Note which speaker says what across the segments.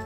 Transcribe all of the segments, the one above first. Speaker 1: 我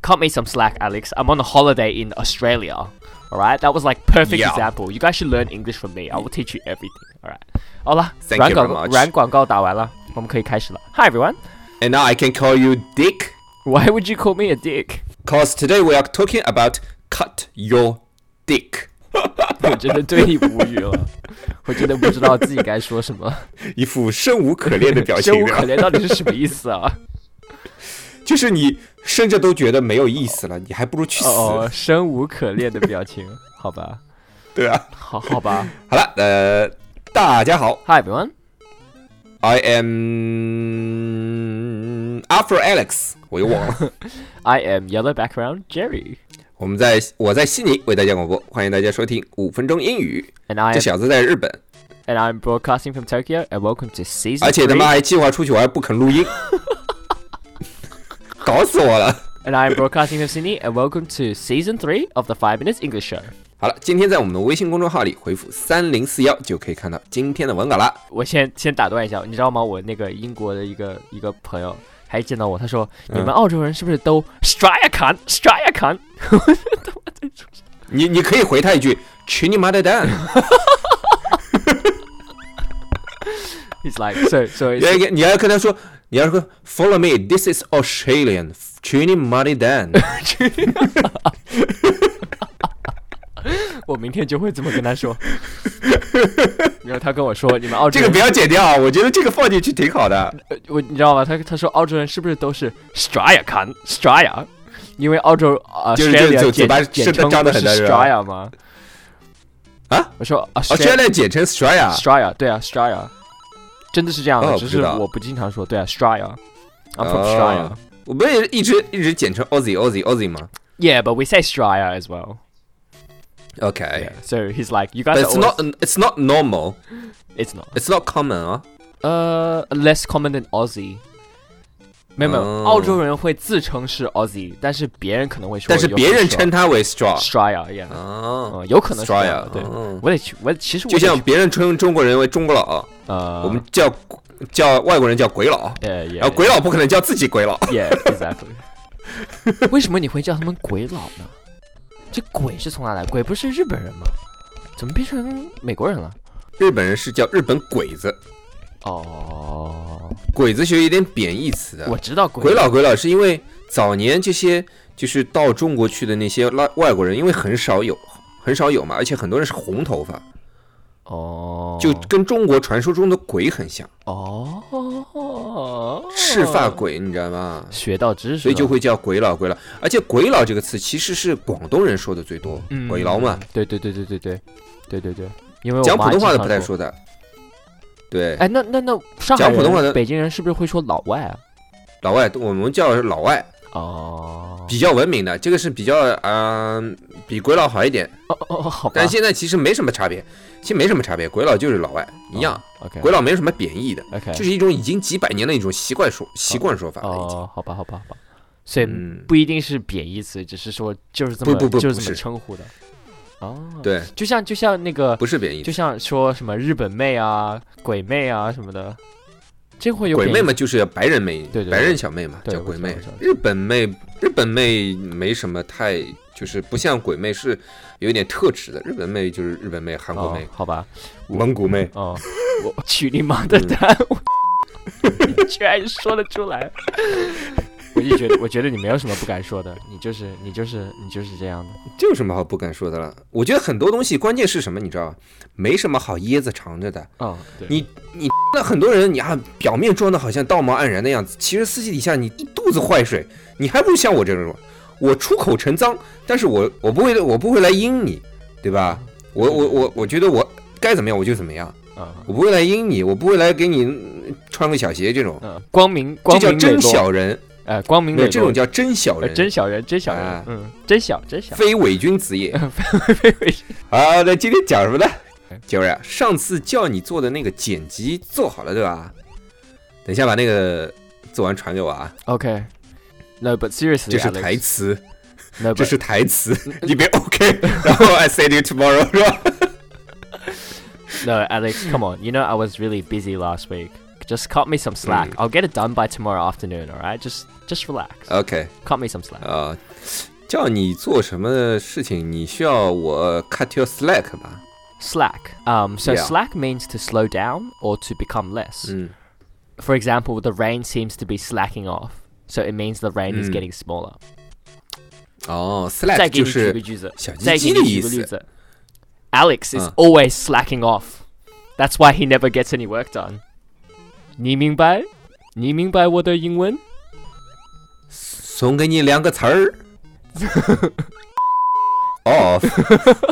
Speaker 2: cut me some slack, Alex. I'm on a holiday in Australia. All right, that was like perfect
Speaker 3: Yeah.
Speaker 2: example. You guys should learn English from me. I will teach you everything. All right. 好了，
Speaker 3: Thank
Speaker 2: 软
Speaker 3: you
Speaker 2: 广
Speaker 3: very
Speaker 2: 告
Speaker 3: much.
Speaker 2: 软广告打完了，我们可以开始了。Hi everyone.
Speaker 3: And now I can call you Dick,
Speaker 2: Why would you call me a dick？
Speaker 3: cause today we are talking about cut your dick.
Speaker 2: 我真的对你无语了，我真的不知道自己该说什么，
Speaker 3: 一副生无可恋的 表情
Speaker 2: 生无可
Speaker 3: 啊，
Speaker 2: 恋到底是什么意 思啊？
Speaker 3: 就是你甚至都觉得没有意思了，你还不如去死，
Speaker 2: 哦哦，生无可恋的表情，好吧，
Speaker 3: 对啊。
Speaker 2: 好好吧。
Speaker 3: 好了，呃，大家好
Speaker 2: Hi everyone.
Speaker 3: ，I am After Alex，我又忘了。
Speaker 2: I am yellow background Jerry,
Speaker 3: 我们在我在悉尼为大家广播，欢迎大家收听五分钟英语。
Speaker 2: and I
Speaker 3: 这
Speaker 2: am,
Speaker 3: 小子在日本，
Speaker 2: and I'm broadcasting from Tokyo. And welcome to season.
Speaker 3: 而且他
Speaker 2: three
Speaker 3: 妈还计划出去，我还不肯录音，搞死我了。
Speaker 2: And I'm broadcasting from Sydney, and welcome to season three of the Five Minutes English Show.
Speaker 3: 好了，今天在我们的微信公众号里回复三零四幺就可以看到今天的文稿啦。
Speaker 2: 我先先打断一下，你知道吗？我那个英国的一个一个朋友，还见到我，他说：“
Speaker 3: 嗯
Speaker 2: 你们澳洲人是不是都 Strike on Strike on？”
Speaker 3: 你你可以回他一句“去你妈的蛋
Speaker 2: He's like, so so ”，
Speaker 3: 你要
Speaker 2: it's,
Speaker 3: 跟你要跟他说，你要说 “Follow me, this is Australian”，去你妈的蛋。
Speaker 2: 我明天就会这么跟 他说。然后他跟我说：“你们澳
Speaker 3: 这
Speaker 2: 洲
Speaker 3: 个
Speaker 2: 人
Speaker 3: 不要剪掉啊，我觉得这个放进去挺好 的。
Speaker 2: 呃我你知道吗？他他说澳洲人是不是都是 Strike on Strike？” 因为澳洲啊，
Speaker 3: 就是就
Speaker 2: Australia
Speaker 3: 就嘴巴
Speaker 2: 简简
Speaker 3: 是
Speaker 2: 称
Speaker 3: 张得
Speaker 2: 不
Speaker 3: 很
Speaker 2: 是
Speaker 3: 大是吧
Speaker 2: Strike 吗？
Speaker 3: 啊，
Speaker 2: 我说 Australia
Speaker 3: Australia 简称 Australia。
Speaker 2: Straya，对啊，Straya，真的是这样
Speaker 3: 哦
Speaker 2: 的，
Speaker 3: 不
Speaker 2: 只
Speaker 3: 知
Speaker 2: 是
Speaker 3: 道
Speaker 2: 我不经常说。对啊，Straya。I'm from
Speaker 3: 哦
Speaker 2: Straya.
Speaker 3: 我不是一直一直简称 Aussie Aussie Aussie 吗
Speaker 2: Yeah, but we say Straya as well.
Speaker 3: ？OK，、
Speaker 2: Yeah. So he's like, you
Speaker 3: but
Speaker 2: guys are
Speaker 3: it's
Speaker 2: always...
Speaker 3: not it's not normal,
Speaker 2: It's not.
Speaker 3: it's not common 啊。
Speaker 2: 呃、less common than Aussie. 没有没有
Speaker 3: 哦
Speaker 2: 澳洲人会自称是 Aussie，但是别人可能会说。
Speaker 3: 但是别人称它为 straw。
Speaker 2: Straya，Yeah，
Speaker 3: 哦
Speaker 2: 嗯，有可能是
Speaker 3: ，straw 呀，
Speaker 2: 对。
Speaker 3: 哦
Speaker 2: 我得去，我其实
Speaker 3: 就
Speaker 2: 我得
Speaker 3: 像
Speaker 2: 去
Speaker 3: 别人称中国人为中国佬，
Speaker 2: 呃，
Speaker 3: 我们叫叫外国人叫鬼佬，
Speaker 2: 呃也
Speaker 3: 然后鬼佬不可能叫自己鬼佬，
Speaker 2: Yeah, exactly. 为什么你会叫他们鬼佬呢？这鬼是从哪来？鬼不是日本人吗？怎么变成美国人了？
Speaker 3: 日本人是叫日本鬼子，
Speaker 2: 哦，
Speaker 3: 鬼子是有一点贬义词啊的。
Speaker 2: 我知道鬼
Speaker 3: 鬼佬鬼佬是因为早年这些就是到中国去的那些外外国人，因为很少有很少有嘛，而且很多人是红头发，
Speaker 2: 哦，
Speaker 3: 就跟中国传说中的鬼很像，
Speaker 2: 哦，
Speaker 3: 赤发鬼，你知道吗？
Speaker 2: 学到知识了，
Speaker 3: 所以就会叫鬼佬鬼佬，而且鬼佬这个词其实是广东人说的最多，
Speaker 2: 嗯
Speaker 3: 鬼佬嘛，
Speaker 2: 对对对对对对对对对，因为我
Speaker 3: 讲
Speaker 2: 妈
Speaker 3: 普通话的
Speaker 2: 经常
Speaker 3: 不太
Speaker 2: 说。
Speaker 3: 说的。对，
Speaker 2: 哎，那那那上海
Speaker 3: 讲普通话
Speaker 2: 人
Speaker 3: 的
Speaker 2: 北京人是不是会说老外啊？
Speaker 3: 老外我们叫老外，
Speaker 2: 哦，
Speaker 3: 比较文明的，这个是比较嗯、比鬼佬好一点，
Speaker 2: 哦哦哦，好吧
Speaker 3: 但现在其实没什么差别，其实没什么差别，鬼佬就是老外一样，
Speaker 2: ，OK 哎
Speaker 3: 鬼佬没有什么贬义的。
Speaker 2: OK，
Speaker 3: 就是一种已经几百年的一种习惯说习惯说法了，已经。
Speaker 2: 哦，好吧好吧好吧，所以
Speaker 3: 嗯，
Speaker 2: 不一定是贬义词，只是说就是这
Speaker 3: 不
Speaker 2: 么
Speaker 3: 不不
Speaker 2: 就是
Speaker 3: 不
Speaker 2: 这么
Speaker 3: 是
Speaker 2: 称呼的。哦，，
Speaker 3: 对，
Speaker 2: 就像就像那个
Speaker 3: 不是贬义
Speaker 2: 就
Speaker 3: 词。
Speaker 2: 像说什么日本妹啊、鬼妹啊什么的，这会有
Speaker 3: 鬼
Speaker 2: 贬
Speaker 3: 妹
Speaker 2: 义
Speaker 3: 嘛，就是白人妹，
Speaker 2: 对对对
Speaker 3: 白人小妹嘛，
Speaker 2: 对
Speaker 3: 叫
Speaker 2: 我
Speaker 3: 鬼
Speaker 2: 知道
Speaker 3: 妹
Speaker 2: 我知道。
Speaker 3: 日本妹，日本妹没什么太，就是不像鬼妹是有点特质的。日本妹就是日本妹，韩国
Speaker 2: 哦
Speaker 3: 妹，，
Speaker 2: 好吧，
Speaker 3: 蒙古妹。
Speaker 2: 哦，我去你妈的蛋！我
Speaker 3: 嗯
Speaker 2: 你居然说得出来， 我就觉得我觉得你没有什么不敢说的，你就是你就是你就是这样的。
Speaker 3: 这有什么好不敢说的了？我觉得很多东西关键是什么，你知道吧？没什么好掖着藏着的。
Speaker 2: 哦，对，
Speaker 3: 你你那很多人，你啊，表面装的好像道貌岸然的样子，其实私底下你一肚子坏水，你还不如像我这种人，我出口成脏，但是我我不会我不会来阴你，对吧？我我我我觉得我该怎么样我就怎么样，
Speaker 2: 嗯
Speaker 3: 我不会来阴你，我不会来给你嗯穿个小鞋这种，
Speaker 2: 嗯，光明
Speaker 3: 这
Speaker 2: 光
Speaker 3: 叫
Speaker 2: 明磊
Speaker 3: 真
Speaker 2: 落，
Speaker 3: 小人，
Speaker 2: 哎，光明
Speaker 3: 没有
Speaker 2: 磊落，
Speaker 3: 这种叫真小
Speaker 2: 呃
Speaker 3: 人，
Speaker 2: 真小人，真小人
Speaker 3: 啊，
Speaker 2: 嗯，真小真小，
Speaker 3: 非伪君子也。
Speaker 2: 非为
Speaker 3: 好，那今天讲什么呢？
Speaker 2: 哎
Speaker 3: 就是上次叫你做的那个剪辑做好了，对吧？等一下把那个做完传给我啊，
Speaker 2: OK。No, but seriously,
Speaker 3: 这是
Speaker 2: Alex,
Speaker 3: 台词，
Speaker 2: No,
Speaker 3: 这
Speaker 2: but
Speaker 3: 是台词， 你别 OK，然后 I said you tomorrow 是吧？
Speaker 2: no, Alex, come on. You know I was really busy last week. Just cut me some slack.
Speaker 3: Mm.
Speaker 2: I'll get it done by tomorrow afternoon. All right, just just relax.
Speaker 3: OK，
Speaker 2: Cut me some slack.
Speaker 3: 啊、叫你做什么事情，你需要我 cut your slack 吧？
Speaker 2: Slack. Um, so
Speaker 3: Yeah. Mm.
Speaker 2: slack means to slow down or to become less.
Speaker 3: 嗯
Speaker 2: For example, the rain seems to be slacking off, so it means the rain is
Speaker 3: Mm.
Speaker 2: getting smaller.
Speaker 3: 哦，slack
Speaker 2: 再给
Speaker 3: 就
Speaker 2: 你举个
Speaker 3: 是
Speaker 2: 句子，
Speaker 3: 小鸡
Speaker 2: 再给
Speaker 3: 鸡
Speaker 2: 你
Speaker 3: 的
Speaker 2: 举
Speaker 3: 意
Speaker 2: 个例
Speaker 3: 思。
Speaker 2: 子。Alex is
Speaker 3: 嗯
Speaker 2: always slacking off. That's why he never gets any work done. 你明白？你明白我的英文？
Speaker 3: 送给你两个词儿，off，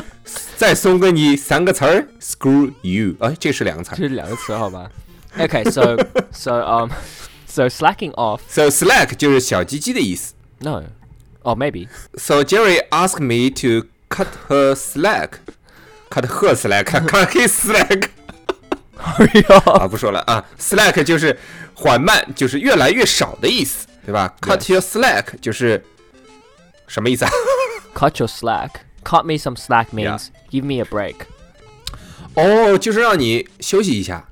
Speaker 3: 再 送给你三个词儿，screw you。哎，这是两个词儿。
Speaker 2: 这是两个词好吧？Okay, so so um so slacking off.
Speaker 3: So slack 就是小鸡鸡的意思。
Speaker 2: No, or maybe.
Speaker 3: So Jerry asked me to cut her slack. Cut her slack, cut his slack
Speaker 2: 哦
Speaker 3: 啊，不说了啊，slack 就是缓慢，就是越来越少的意思，对吧？Cut your slack 就是什么意思啊？
Speaker 2: Cut your slack. Cut me some slack means give me a break.
Speaker 3: 哦，就是让你休息一下，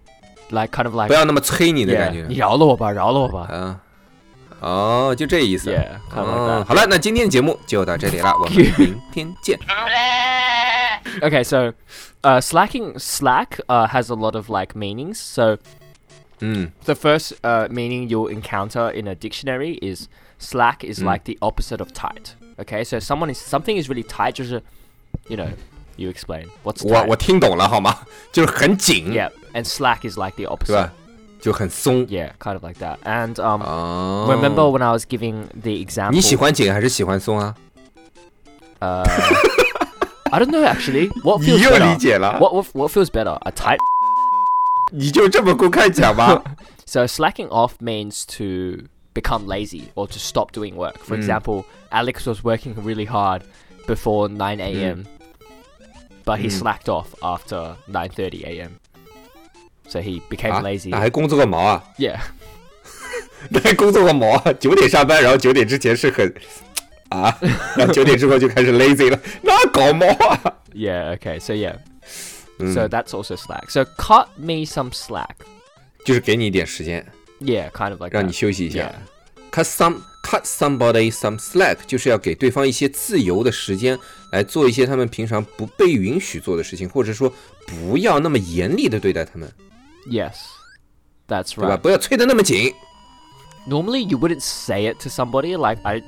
Speaker 2: Like kind of like
Speaker 3: 不要那么催你的
Speaker 2: yeah,
Speaker 3: 感觉。
Speaker 2: 你饶了我吧，饶了我吧。
Speaker 3: 啊，哦，就这意思。
Speaker 2: Yeah, kind of
Speaker 3: 哦
Speaker 2: like，that.
Speaker 3: 好了，那今天节目就到这里了，我们明天见。
Speaker 2: Okay, so uh, slacking slack uh, has a lot of like meanings. So
Speaker 3: 嗯
Speaker 2: the first uh, meaning you'll encounter in a dictionary is slack is
Speaker 3: Mm.
Speaker 2: like the opposite of tight. Okay, so someone is something is really tight, just uh, you know, you explain what's
Speaker 3: 我
Speaker 2: tight.
Speaker 3: 我听懂了，好吗？就是很紧
Speaker 2: Yeah, and slack is like the
Speaker 3: 对
Speaker 2: opposite.
Speaker 3: 吧？就很松。
Speaker 2: Yeah, kind of like that. And um,
Speaker 3: 哦
Speaker 2: remember when I was giving the example?
Speaker 3: 你喜欢紧还是喜欢松啊？
Speaker 2: Uh, I don't know actually. What
Speaker 3: 你
Speaker 2: feels
Speaker 3: 又理
Speaker 2: better?
Speaker 3: 解了，
Speaker 2: What, what what feels better? A tight.
Speaker 3: 你就这么公开讲 吧。
Speaker 2: So slacking off means to become lazy or to stop doing work. For
Speaker 3: Mm.
Speaker 2: example, Alex was working really hard before 9 a.m. But he
Speaker 3: Mm.
Speaker 2: slacked off after 9:30 a.m. So he became
Speaker 3: 啊，
Speaker 2: lazy.
Speaker 3: 那还工作个毛啊？
Speaker 2: Yeah.
Speaker 3: 那还工作个毛啊？九点上班，然后九点之前是很啊， 然后九点之后就开始 lazy 了，那搞毛啊？
Speaker 2: Yeah. Okay. So yeah.
Speaker 3: 嗯，
Speaker 2: So that's also slack. So cut me some slack.
Speaker 3: 就是给你一点时间，
Speaker 2: Yeah, kind of like
Speaker 3: 让你
Speaker 2: that.
Speaker 3: 休息一下。cut some cut somebody some slack，就是要给对方一些自由的时间来做一些他们平常不被允许做的事情，或者说不要那么严厉的对待他们，
Speaker 2: Yes, that's
Speaker 3: 对吧？
Speaker 2: right.
Speaker 3: 不要催得那么紧。
Speaker 2: Normally, you wouldn't say it to somebody. Like, I,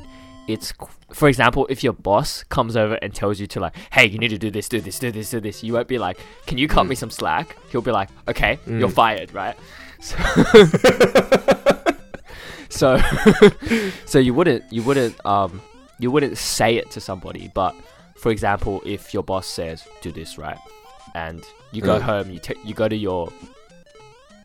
Speaker 2: it's qu- for example, if your boss comes over and tells you to like, hey, you need to do this, do this, do this, do this. You won't be like, can you cut me some slack? He'll be like, okay, you're fired, right? So, so, so you wouldn't, you wouldn't, um, you wouldn't say it to somebody. But for example, if your boss says, do this, right, and you go
Speaker 3: Mm.
Speaker 2: home, you t- you go to your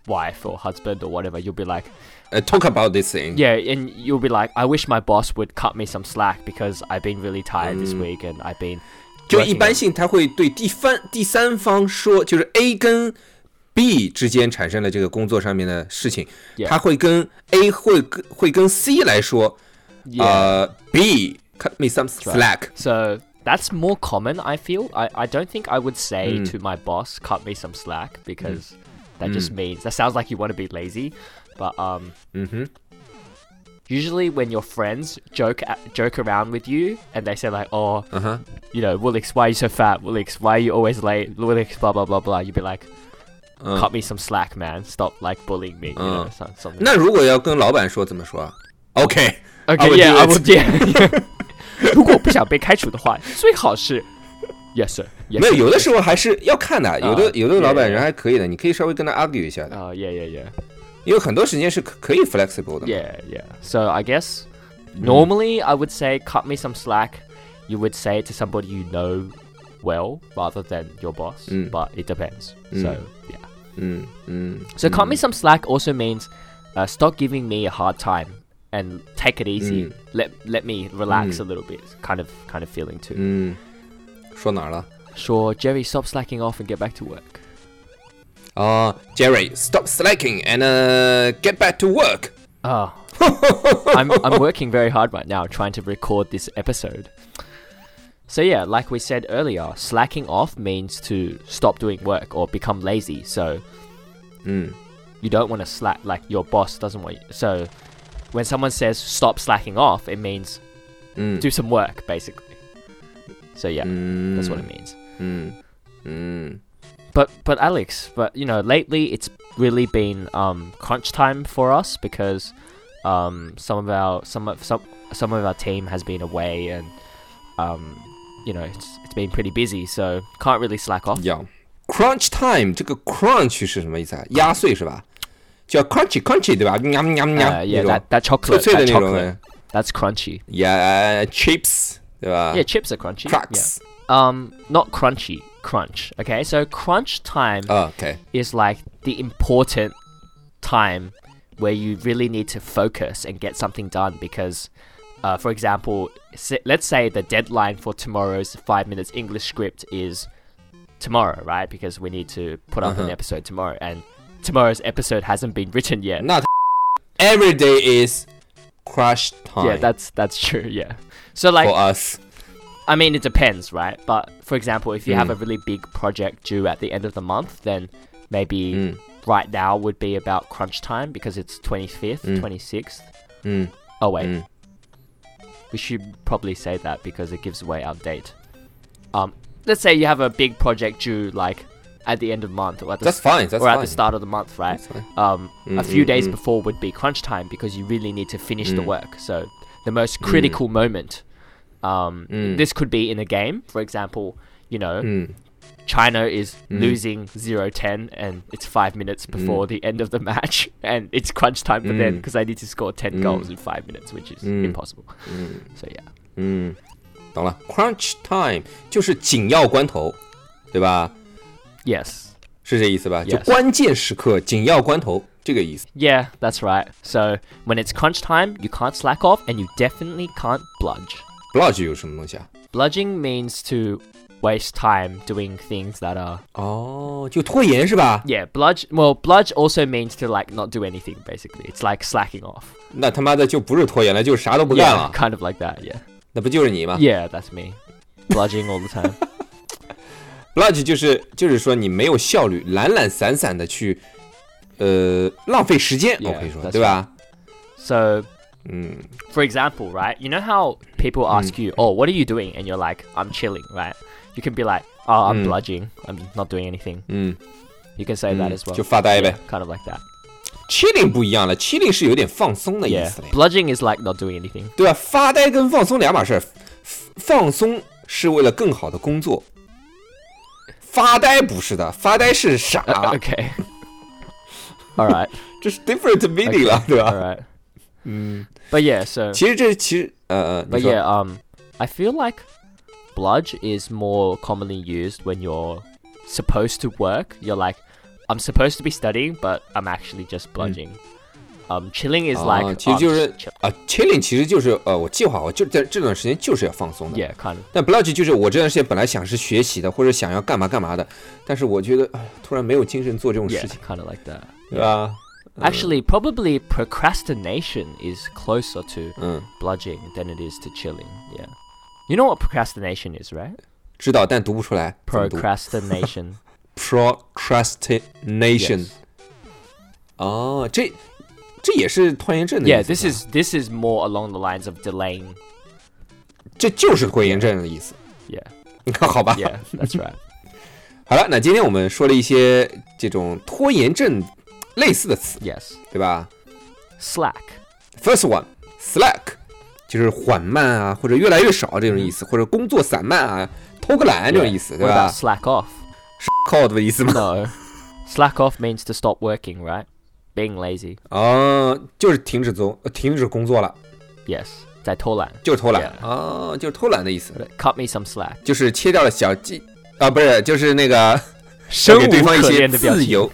Speaker 2: wife or husband or whatever, you'll be like.
Speaker 3: 呃、t a l k about this thing。
Speaker 2: Yeah, and you'll be like, I wish my boss would cut me some slack because I've been really tired this week and I've been.
Speaker 3: 就
Speaker 2: working
Speaker 3: 一般
Speaker 2: on-"
Speaker 3: 性，他会对第三第三方说，就是 A 跟 B 之间产生了这个工作上面的事情
Speaker 2: Yeah.
Speaker 3: 他会跟 A 会跟会跟 C 来说，
Speaker 2: Yeah.
Speaker 3: 呃，B cut me some
Speaker 2: right.
Speaker 3: slack。
Speaker 2: so that's more common, I feel. I, I don't think I would say to my boss, cut me some slack because that just means that sounds like you want to be lazy. But um,
Speaker 3: 嗯哼。
Speaker 2: usually when your friends joke at, joke around with you and they say, like, oh,
Speaker 3: Uh-huh.
Speaker 2: you know, Woolix, why are you so fat? Woolix, why are you always late? Woolix, blah, blah, blah, blah. You'd be like, cut me some slack, man. Stop like bullying me. You know,
Speaker 3: Mm.
Speaker 2: some- something.
Speaker 3: 那如果要跟老板说怎么说啊？OK，I
Speaker 2: Okay,
Speaker 3: will
Speaker 2: yeah,
Speaker 3: do
Speaker 2: I
Speaker 3: it.
Speaker 2: will do it. 如果不想被开除的话，最好是 yes sir。
Speaker 3: 没有，有的时
Speaker 2: 候
Speaker 3: 候还是要看的，有的有的老板人还可以的，你可以稍微跟他 argue 一下的，
Speaker 2: 啊、y e a h yeah, yeah,
Speaker 3: 因为很多时间是可可以 flexible 的。
Speaker 2: yeah, yeah. So I guess Mm. normally I would say cut me some slack. You would say it to somebody you know well rather than your boss,
Speaker 3: 嗯
Speaker 2: but it depends.
Speaker 3: 嗯
Speaker 2: So yeah,
Speaker 3: 嗯嗯，
Speaker 2: So cut me some slack also means uh, stop giving me a hard time and take it easy.
Speaker 3: Mm.
Speaker 2: Let let me relax
Speaker 3: Mm.
Speaker 2: a little bit. Kind of kind of feeling too.
Speaker 3: 嗯，说哪儿了？
Speaker 2: Sure, Jerry, stop slacking off and get back to work.
Speaker 3: 啊，Jerry，stop Oh, slacking and uh, get back to work。
Speaker 2: Oh. I'm I'm working very hard right now trying to record this episode. So yeah, like we said earlier, slacking off means to stop doing work or become lazy. So
Speaker 3: 嗯
Speaker 2: you don't want to slack like your boss doesn't want you. So when someone says stop slacking off, it means
Speaker 3: 嗯
Speaker 2: do some work basically. So yeah,
Speaker 3: 嗯，
Speaker 2: that's what it means.
Speaker 3: 嗯嗯
Speaker 2: But but Alex, but you know, lately it's really been um, crunch time for us because um, some of our some of some some of our team has been away and um, you know it's, it's been pretty busy, so can't really slack off.
Speaker 3: 要 crunch time 这个 crunch 是什么意思啊？压碎是吧？叫 crunchy crunchy 对吧？喵喵喵
Speaker 2: Uh,
Speaker 3: 那
Speaker 2: yeah,
Speaker 3: 种
Speaker 2: that, that
Speaker 3: 脆
Speaker 2: chocolate,
Speaker 3: 脆的那
Speaker 2: that
Speaker 3: 种
Speaker 2: chocolate,
Speaker 3: 的
Speaker 2: that's crunchy.
Speaker 3: ，yeah chips 对吧
Speaker 2: Yeah, chips are crunchy.
Speaker 3: Ah. ？cracks
Speaker 2: Yeah. Um, not crunchy, crunch. Okay, so crunch time
Speaker 3: OK
Speaker 2: is like the important time where you really need to focus and get something done because uh, for example s let's say the deadline for tomorrow's five minutes english script is tomorrow right because we need to put up an
Speaker 3: Uh-huh.
Speaker 2: episode tomorrow and tomorrow's episode hasn't been written yet
Speaker 3: not every day is crush time
Speaker 2: yeah that's that's true yeah so like
Speaker 3: for us
Speaker 2: I mean, it depends, right? But for example, if you have
Speaker 3: Mm.
Speaker 2: a really big project due at the end of the month, then maybe
Speaker 3: Mm.
Speaker 2: right now would be about crunch time because it's 25th,
Speaker 3: Mm.
Speaker 2: 26th.
Speaker 3: 嗯
Speaker 2: Oh, wait,
Speaker 3: 嗯
Speaker 2: we should probably say that because it gives away our date. Um, let's say you have a big project due like at the end of month or at the,
Speaker 3: that's fine that's
Speaker 2: or at the
Speaker 3: fine
Speaker 2: start of the month, right?
Speaker 3: that's fine
Speaker 2: um, a
Speaker 3: Mm,
Speaker 2: few
Speaker 3: mm,
Speaker 2: days
Speaker 3: mm.
Speaker 2: before would be crunch time because you really need to finish the
Speaker 3: Mm.
Speaker 2: work. So the most critical moment. Um,
Speaker 3: Mm.
Speaker 2: This could be in a game, for example. You know,
Speaker 3: 嗯
Speaker 2: China is
Speaker 3: Mm.
Speaker 2: losing 0-10 and it's five minutes before the end of the match, and it's crunch time for them 'cause them
Speaker 3: Mm.
Speaker 2: because I need to score ten
Speaker 3: Mm.
Speaker 2: goals in five minutes, which is
Speaker 3: Mm.
Speaker 2: impossible.
Speaker 3: 嗯
Speaker 2: So yeah,
Speaker 3: 嗯，懂了，crunch time 就是紧要关头，对吧？
Speaker 2: yes,
Speaker 3: 是这意思吧？就
Speaker 2: Yes
Speaker 3: 关键时刻、紧要关头这个意思。
Speaker 2: yeah, that's right. So when it's crunch time, you can't slack off, and you definitely can't bludge.
Speaker 3: bludge 有什么东西啊？
Speaker 2: Bludging means to waste time doing things that are
Speaker 3: 哦，就拖延是吧？
Speaker 2: yeah bludge well bludge also means to like not do anything basically it's like slacking off
Speaker 3: 那他妈的就不是拖延了，就是啥都不干
Speaker 2: yeah
Speaker 3: 了，
Speaker 2: kind of like that yeah
Speaker 3: 那不就是你吗
Speaker 2: yeah that's me bludging all the time
Speaker 3: ？bludge 就是就是说你没有效率，懒懒散散的去，呃，浪费时间。
Speaker 2: Yeah，
Speaker 3: 我可以说
Speaker 2: that's，
Speaker 3: 对吧？
Speaker 2: so
Speaker 3: 嗯
Speaker 2: for example right you know how people ask you oh what are you doing and you're like I'm chilling right you can be like oh I'm
Speaker 3: Mm.
Speaker 2: bludging I'm not doing anything
Speaker 3: 嗯
Speaker 2: you can say that
Speaker 3: 嗯
Speaker 2: as well
Speaker 3: 就发呆
Speaker 2: yeah,
Speaker 3: 呗。
Speaker 2: kind of like that
Speaker 3: chilling 不一样了，chilling 是有点放松的意
Speaker 2: yeah
Speaker 3: 思嘞。
Speaker 2: bludging is like not doing anything
Speaker 3: 对吧？发呆跟放松两码事儿，放松是为了更好的工作，发呆不是的，发呆是傻，
Speaker 2: okay all right
Speaker 3: 这是 different meaning 了，对
Speaker 2: all
Speaker 3: 吧？
Speaker 2: right but yeah so
Speaker 3: 其实这其实呃呃，
Speaker 2: But
Speaker 3: 你说
Speaker 2: yeah, um, I feel like bludge is more commonly used when you're supposed to work. You're like, I'm supposed to be studying, but I'm actually just bludging. Um, chilling is
Speaker 3: 啊
Speaker 2: like, "Oh,
Speaker 3: 其实
Speaker 2: I'm
Speaker 3: 就是
Speaker 2: just chill."
Speaker 3: 啊、c h i l l i n g 其实就是呃，我计划好，我就在这段时间就是要放松的。
Speaker 2: yeah, kind of.
Speaker 3: 但 bludge 就是我这段时间本来想是学习的，或者想要干嘛干嘛的，但是我觉得、哎突然没有精神做这种
Speaker 2: Yeah,
Speaker 3: 事情，
Speaker 2: kind of Oh, like that. Uh.
Speaker 3: 对吧？
Speaker 2: Actually, probably procrastination is closer to
Speaker 3: 嗯，
Speaker 2: bludging than it is to chilling. Yeah. You know what procrastination is, right?
Speaker 3: 知道，但读不出来。怎么读
Speaker 2: Procrastination.
Speaker 3: procrastination
Speaker 2: Yes.。
Speaker 3: 哦，这这也是拖延症的意思
Speaker 2: yeah,
Speaker 3: 吧
Speaker 2: this is this is more along the lines of delaying.
Speaker 3: 这就是拖延症的意思。
Speaker 2: Yeah,
Speaker 3: 你看，好吧
Speaker 2: yeah, that's right.
Speaker 3: 好了，那今天我们说了一些这种拖延症类似的词，
Speaker 2: Yes.
Speaker 3: 对吧
Speaker 2: Slack.
Speaker 3: ？First one slack，就是缓慢啊，或者越来越少这种意
Speaker 2: 嗯
Speaker 3: 思，或者工作散漫啊，偷个懒这种意思，对
Speaker 2: What
Speaker 3: 吧
Speaker 2: about slack off?
Speaker 3: c a l l 的意思吗？
Speaker 2: No. slack off means to stop working, right? Being lazy.
Speaker 3: 哦，就是停止工，呃停止工作了，
Speaker 2: Yes. 在偷懒.
Speaker 3: 就是偷懒
Speaker 2: Yeah.
Speaker 3: 哦，就是偷懒的意思，
Speaker 2: Cut me some slack.
Speaker 3: 就是切掉了小鸡啊，不是，就是那个
Speaker 2: 生无
Speaker 3: 给对方一
Speaker 2: 可
Speaker 3: 些
Speaker 2: 恋的表
Speaker 3: 自
Speaker 2: 情
Speaker 3: 由，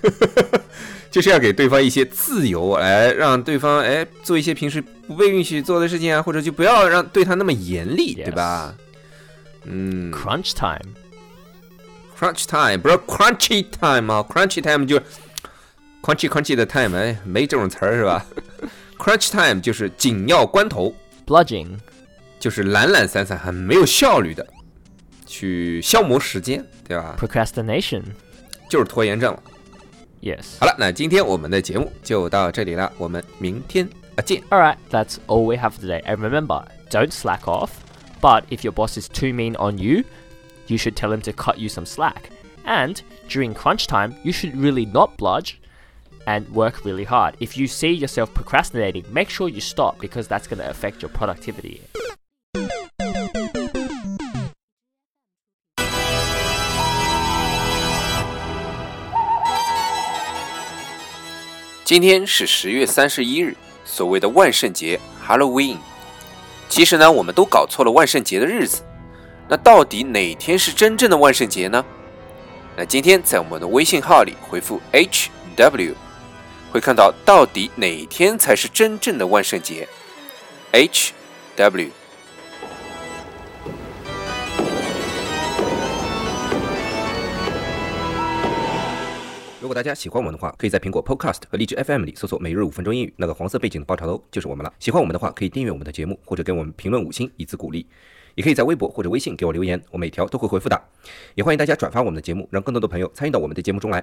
Speaker 4: 就是要给对方一些自由，来让对方哎做一些平时不被允许做的事情啊，或者就不要让对他那么严厉
Speaker 2: Yes
Speaker 4: 对吧？嗯
Speaker 2: Crunch time.
Speaker 4: ，crunch time 不是 crunchy time 啊，crunchy time 就 crunchy crunchy 的 time，哎，没这种词儿是吧？crunch time 就是紧要关头，
Speaker 2: Bludging.
Speaker 4: 就是懒懒散散、很没有效率的去消磨时间，对吧？
Speaker 2: Procrastination.
Speaker 4: 就是拖延症了。
Speaker 2: Yes.
Speaker 4: 好了，那今天我们的节目就到这里了，我们明天啊见。
Speaker 2: All right, that's all we have today. And remember, don't slack off. But if your boss is too mean on you, you should tell him to cut you some slack. And during crunch time, you should really not bludge and work really hard. If you see yourself procrastinating, make sure you stop because that's going to affect your productivity.
Speaker 3: 今天是十月三十一日，所谓的万圣节 （Halloween）。其实呢，我们都搞错了万圣节的日子。那到底哪天是真正的万圣节呢？那今天在我们的微信号里回复 H W，会看到到底哪天才是真正的万圣节？H W。如果大家喜欢我们的话，可以在苹果 Podcast 和荔枝 FM 里搜索“每日五分钟英语”，那个黄色背景的爆炒头就是我们了。喜欢我们的话，可以订阅我们的节目，或者给我们评论五星以资鼓励。也可以在微博或者微信给我留言，我每条都会回复的。也欢迎大家转发我们的节目，让更多的朋友参与到我们的节目中来。